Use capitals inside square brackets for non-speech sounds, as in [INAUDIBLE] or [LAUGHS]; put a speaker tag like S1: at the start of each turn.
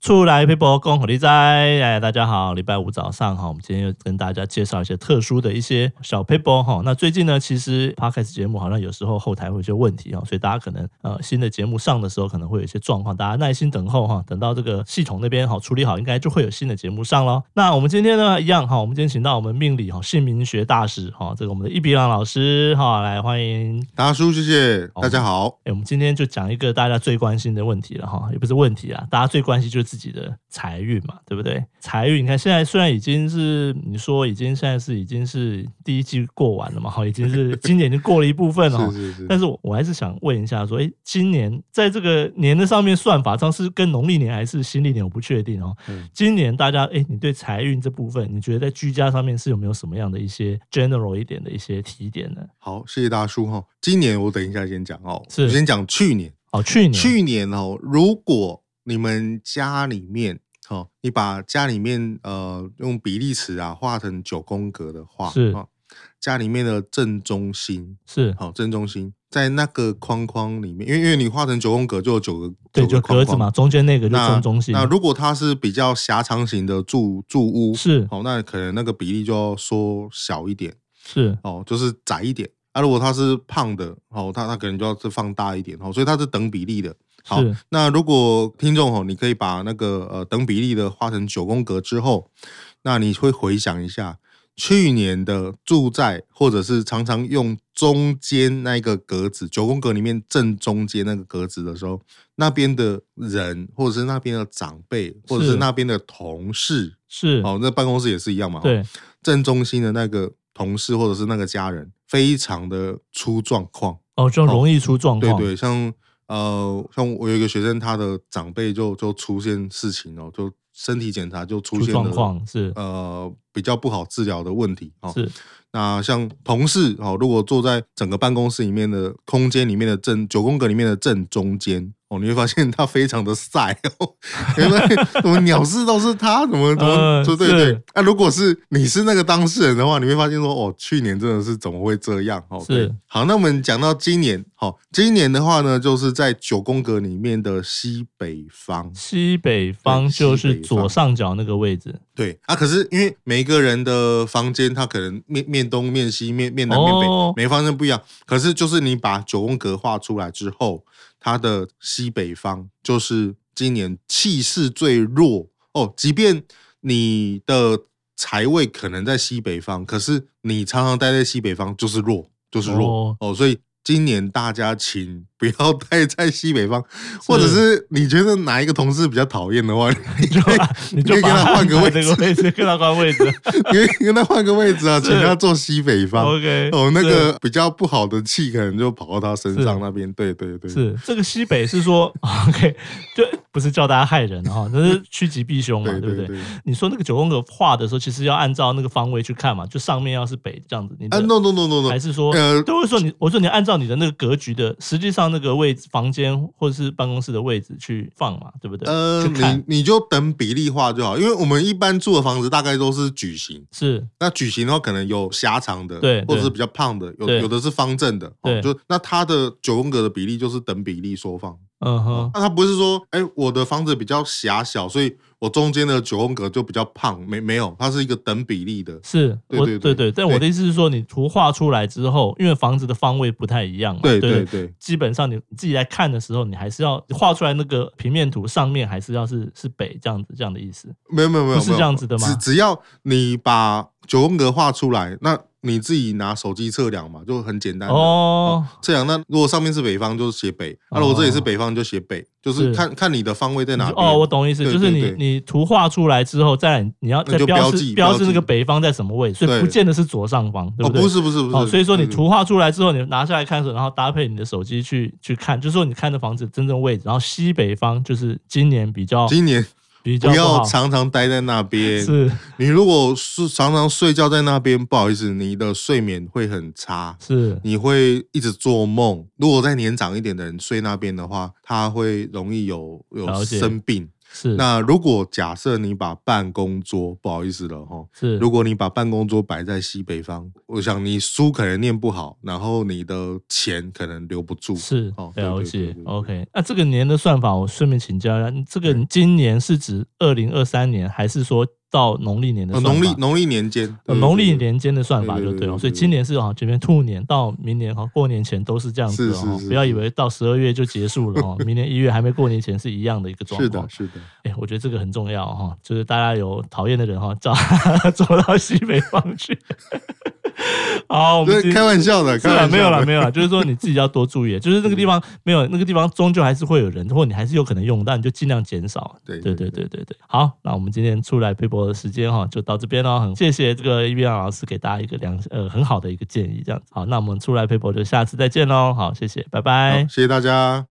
S1: 出来 people 共好利哉！哎，大家好，礼拜五早上哈，我们今天又跟大家介绍一些特殊的一些小 people 哈。那最近呢，其实 podcast 节目好像有时候后台会有些问题哈，所以大家可能呃新的节目上的时候可能会有一些状况，大家耐心等候哈，等到这个系统那边哈处理好，应该就会有新的节目上咯。那我们今天呢一样哈，我们今天请到我们命理哈姓名学大师哈，这个我们的一比朗老师哈来欢迎。
S2: 达叔，谢谢大家好。
S1: 哎、我们今天就讲一个大家最关心的问题了哈，也不是问题啊，大家最关心就是自己的财运嘛，对不对？财运，你看现在虽然已经是你说已经现在是已经是第一季过完了嘛，哈，已经
S2: [LAUGHS]
S1: 是今年已经过了一部分了哈，
S2: 是是
S1: 但是
S2: 是，
S1: 我我还是想问一下，说，哎，今年在这个年的上面算法上是跟农历年还是新历年，我不确定哦。
S2: 嗯
S1: 今年大家，哎，你对财运这部分，你觉得在居家上面是有没有什么样的一些 general 一点的一些提点呢？
S2: 好，谢谢大叔哈。今年我等一下先讲哦，
S1: 是
S2: 我先讲去年。
S1: 哦，去年，
S2: 去年哦，如果你们家里面哦，你把家里面呃用比例尺啊画成九宫格的话，
S1: 是
S2: 哦家里面的正中心，
S1: 是
S2: 好、正中心在那个框框里面，因为因为你画成九宫格就有九个
S1: 对，
S2: 九个
S1: 就格
S2: 框
S1: 子
S2: 框
S1: 嘛，中间那个就
S2: 那
S1: 正中心，
S2: 那如果它是比较狭长型的住住屋，
S1: 是
S2: 哦，那可能那个比例就要缩小一点
S1: 是
S2: 哦，就是窄一点。啊，如果它是胖的，哦，它它可能就要是放大一点哦，所以它是等比例的。好
S1: 是，
S2: 那如果听众哦，你可以把那个呃等比例的画成九宫格之后，那你会回想一下去年的住在或者是常常用中间那一个格子九宫格里面正中间那个格子的时候，那边的人或者是那边的长辈或者
S1: 是
S2: 是那边的同事，
S1: 是，
S2: 哦，那办公室也是一样嘛，哦
S1: 对，
S2: 正中心的那个同事或者是那个家人，非常的出状况。
S1: 哦，就容易出状
S2: 对
S1: 况，
S2: 对，像呃，像我有一个学生，他的长辈就就出现事情哦，就身体检查就出
S1: 出
S2: 现
S1: 状
S2: 了
S1: 况是
S2: 呃比较不好治疗的问题哦。
S1: 是
S2: 那像同事哦，如果坐在整个办公室里面的空间里面的正九宫格里面的正中间哦，你会发现他非常的晒哦， [LAUGHS] 因为怎么鸟事都是他，怎么怎么，
S1: 嗯
S2: 对对对
S1: 是。
S2: 那、如果是你是那个当事人的话，你会发现说哦，去年真的是怎么会这样哦？对
S1: 是
S2: 好，那我们讲到今年，好、哦，今年的话呢，就是在九宫格里面的西北方，
S1: 西北方就是左上角那个位置，
S2: 对啊，可是因为每一个人的房间，它可能面面东、面西、面面南、面北，
S1: 哦
S2: 每个房间不一样。可是就是你把九宫格画出来之后，它的西北方就是今年气势最弱哦。即便你的财位可能在西北方，可是你常常待在西北方就是弱，就是弱
S1: 哦
S2: 哦所以。今年大家请不要 [LAUGHS] 待在西北方， [LAUGHS] 或者是你觉得哪一个同事比较讨厌的话，你
S1: 就
S2: 可以
S1: 把 [LAUGHS] [LAUGHS] 你
S2: 可
S1: 就
S2: 以
S1: 把
S2: 跟他换个位置
S1: 这个位置，跟他换位置
S2: [LAUGHS] 因为跟他换个位置啊，
S1: 是
S2: 请他坐西北
S1: [LAUGHS]
S2: 方。
S1: ，OK，
S2: 哦，那个比较不好的气可能就跑到他身上那边。对对对，
S1: 是这个西北是说 [LAUGHS] 啊 OK，就不是叫大家害人啊哈，那是趋吉避凶嘛，
S2: 对
S1: 对不
S2: 对
S1: 对？
S2: 对。
S1: 你说那个九宫格画的时候，其实要按照那个方位去看嘛，就上面要是北这样子，你的
S2: 啊，no no no no
S1: 还
S2: no，
S1: 是说，
S2: 呃
S1: 都会说你，我说你按照你的那个格局的，实际上那个位置、房间或者是办公室的位置去放嘛，对不对？
S2: 呃，
S1: 去看
S2: 你你就等比例化就好，因为我们一般住的房子大概都是矩形，
S1: 是
S2: 那矩形的话可能有狭长的，
S1: 对
S2: 或者
S1: 对
S2: 是比较胖的，有
S1: 对
S2: 有的是方正的，
S1: 对
S2: 哦，就那它的九宫格的比例就是等比例缩放。
S1: 嗯哼，
S2: 那它不是说，哎、我的房子比较狭小，所以我中间的九宫格就比较胖，没没有，它是一个等比例的，
S1: 是
S2: 对
S1: 我对
S2: 对对
S1: 对，但我的意思是说，你图画出来之后，因为房子的方位不太一样嘛，
S2: 对
S1: 对
S2: 对对
S1: 基本上你你自己来看的时候，你还是要画出来那个平面图上面还是要是是北这样子这样的意思，
S2: 没有没有没有，
S1: 不是
S2: 没有
S1: 这样子的吗
S2: 只只要你把九宫格画出来，那你自己拿手机测量嘛，就很简单的。
S1: 哦，
S2: 测量那如果上面是北方，就是写北；那、如果这里是北方，就写北，就是
S1: 是
S2: 看看你的方位在哪
S1: 你就
S2: 边。
S1: 哦，我懂意思，
S2: 对
S1: 就是
S2: 对
S1: 你
S2: 对
S1: 你图画出来之后，再来你要再
S2: 那就
S1: 标
S2: 标
S1: 示
S2: 记
S1: 标
S2: 标
S1: 示
S2: 记
S1: 那个北方在什么位，所以
S2: 对
S1: 不见得是左上方，对
S2: 哦，
S1: 对？
S2: 不是不是不是、
S1: 哦，所以说你
S2: 对对
S1: 图画出来之后，你拿下来看的时候，然后搭配你的手机去去看，就是说你看的房子真正位置，然后西北方就是今年比较
S2: 今年
S1: 比较
S2: 不要
S1: 好
S2: 常常待在那边。
S1: 是
S2: 你如果是常常睡觉在那边，不好意思，你的睡眠会很差。
S1: 是
S2: 你会一直做梦。如果再年长一点的人睡那边的话，他会容易有
S1: 了
S2: 有
S1: 解
S2: 生病。
S1: 是
S2: 那如果假设你把办公桌，不好意思了哈，
S1: 是
S2: 如果你把办公桌摆在西北方，我想你书可能念不好，然后你的钱可能留不住。
S1: 是
S2: 哦，对
S1: 了
S2: 对对哦
S1: 解
S2: 对。对
S1: OK，那这个年的算法，我顺便请教一下，这个
S2: 对
S1: 今年是指二零二三年，还是说到农历年的
S2: 呃，
S1: 算法？
S2: 农历农历年间，
S1: 呃
S2: 对
S1: 农
S2: 对
S1: 历
S2: 对
S1: 年间的算法
S2: 对
S1: 就
S2: 对
S1: 对了，
S2: 对
S1: 所以
S2: 对
S1: 今年是啊，这边兔年到明年哈，过年前都是这样子
S2: 是
S1: 的哦
S2: 是，是
S1: 不要以
S2: 是
S1: 为到十二月就结束了
S2: [LAUGHS]
S1: 哦，明年一月还没过年前是一样的一个状
S2: 是
S1: 况
S2: 的，。是的，
S1: 哎、我觉得这个很重要哈、就是大家有讨厌的人哈、哦 [LAUGHS] 找他走到西北方去。 [LAUGHS] 好，我们今
S2: 对，开玩笑的，
S1: 是
S2: 开
S1: 啦，
S2: 玩
S1: 没有
S2: 笑
S1: 啦，
S2: 的。
S1: 没有啦，就是说你自己要多注意，就是那个地方 [LAUGHS] 没有那个地方，终究还是会有人，或你还是有可能用到，你就尽量减少。
S2: 对
S1: 对对
S2: 对
S1: 对对对。好，那我们今天出来微博的时间哈，就到这边喽。很谢谢这个伊比老师给大家一个良呃很好的一个建议，这样子。好，那我们出来微博就下次再见喽。好，谢谢，拜拜
S2: 好，。谢谢大家。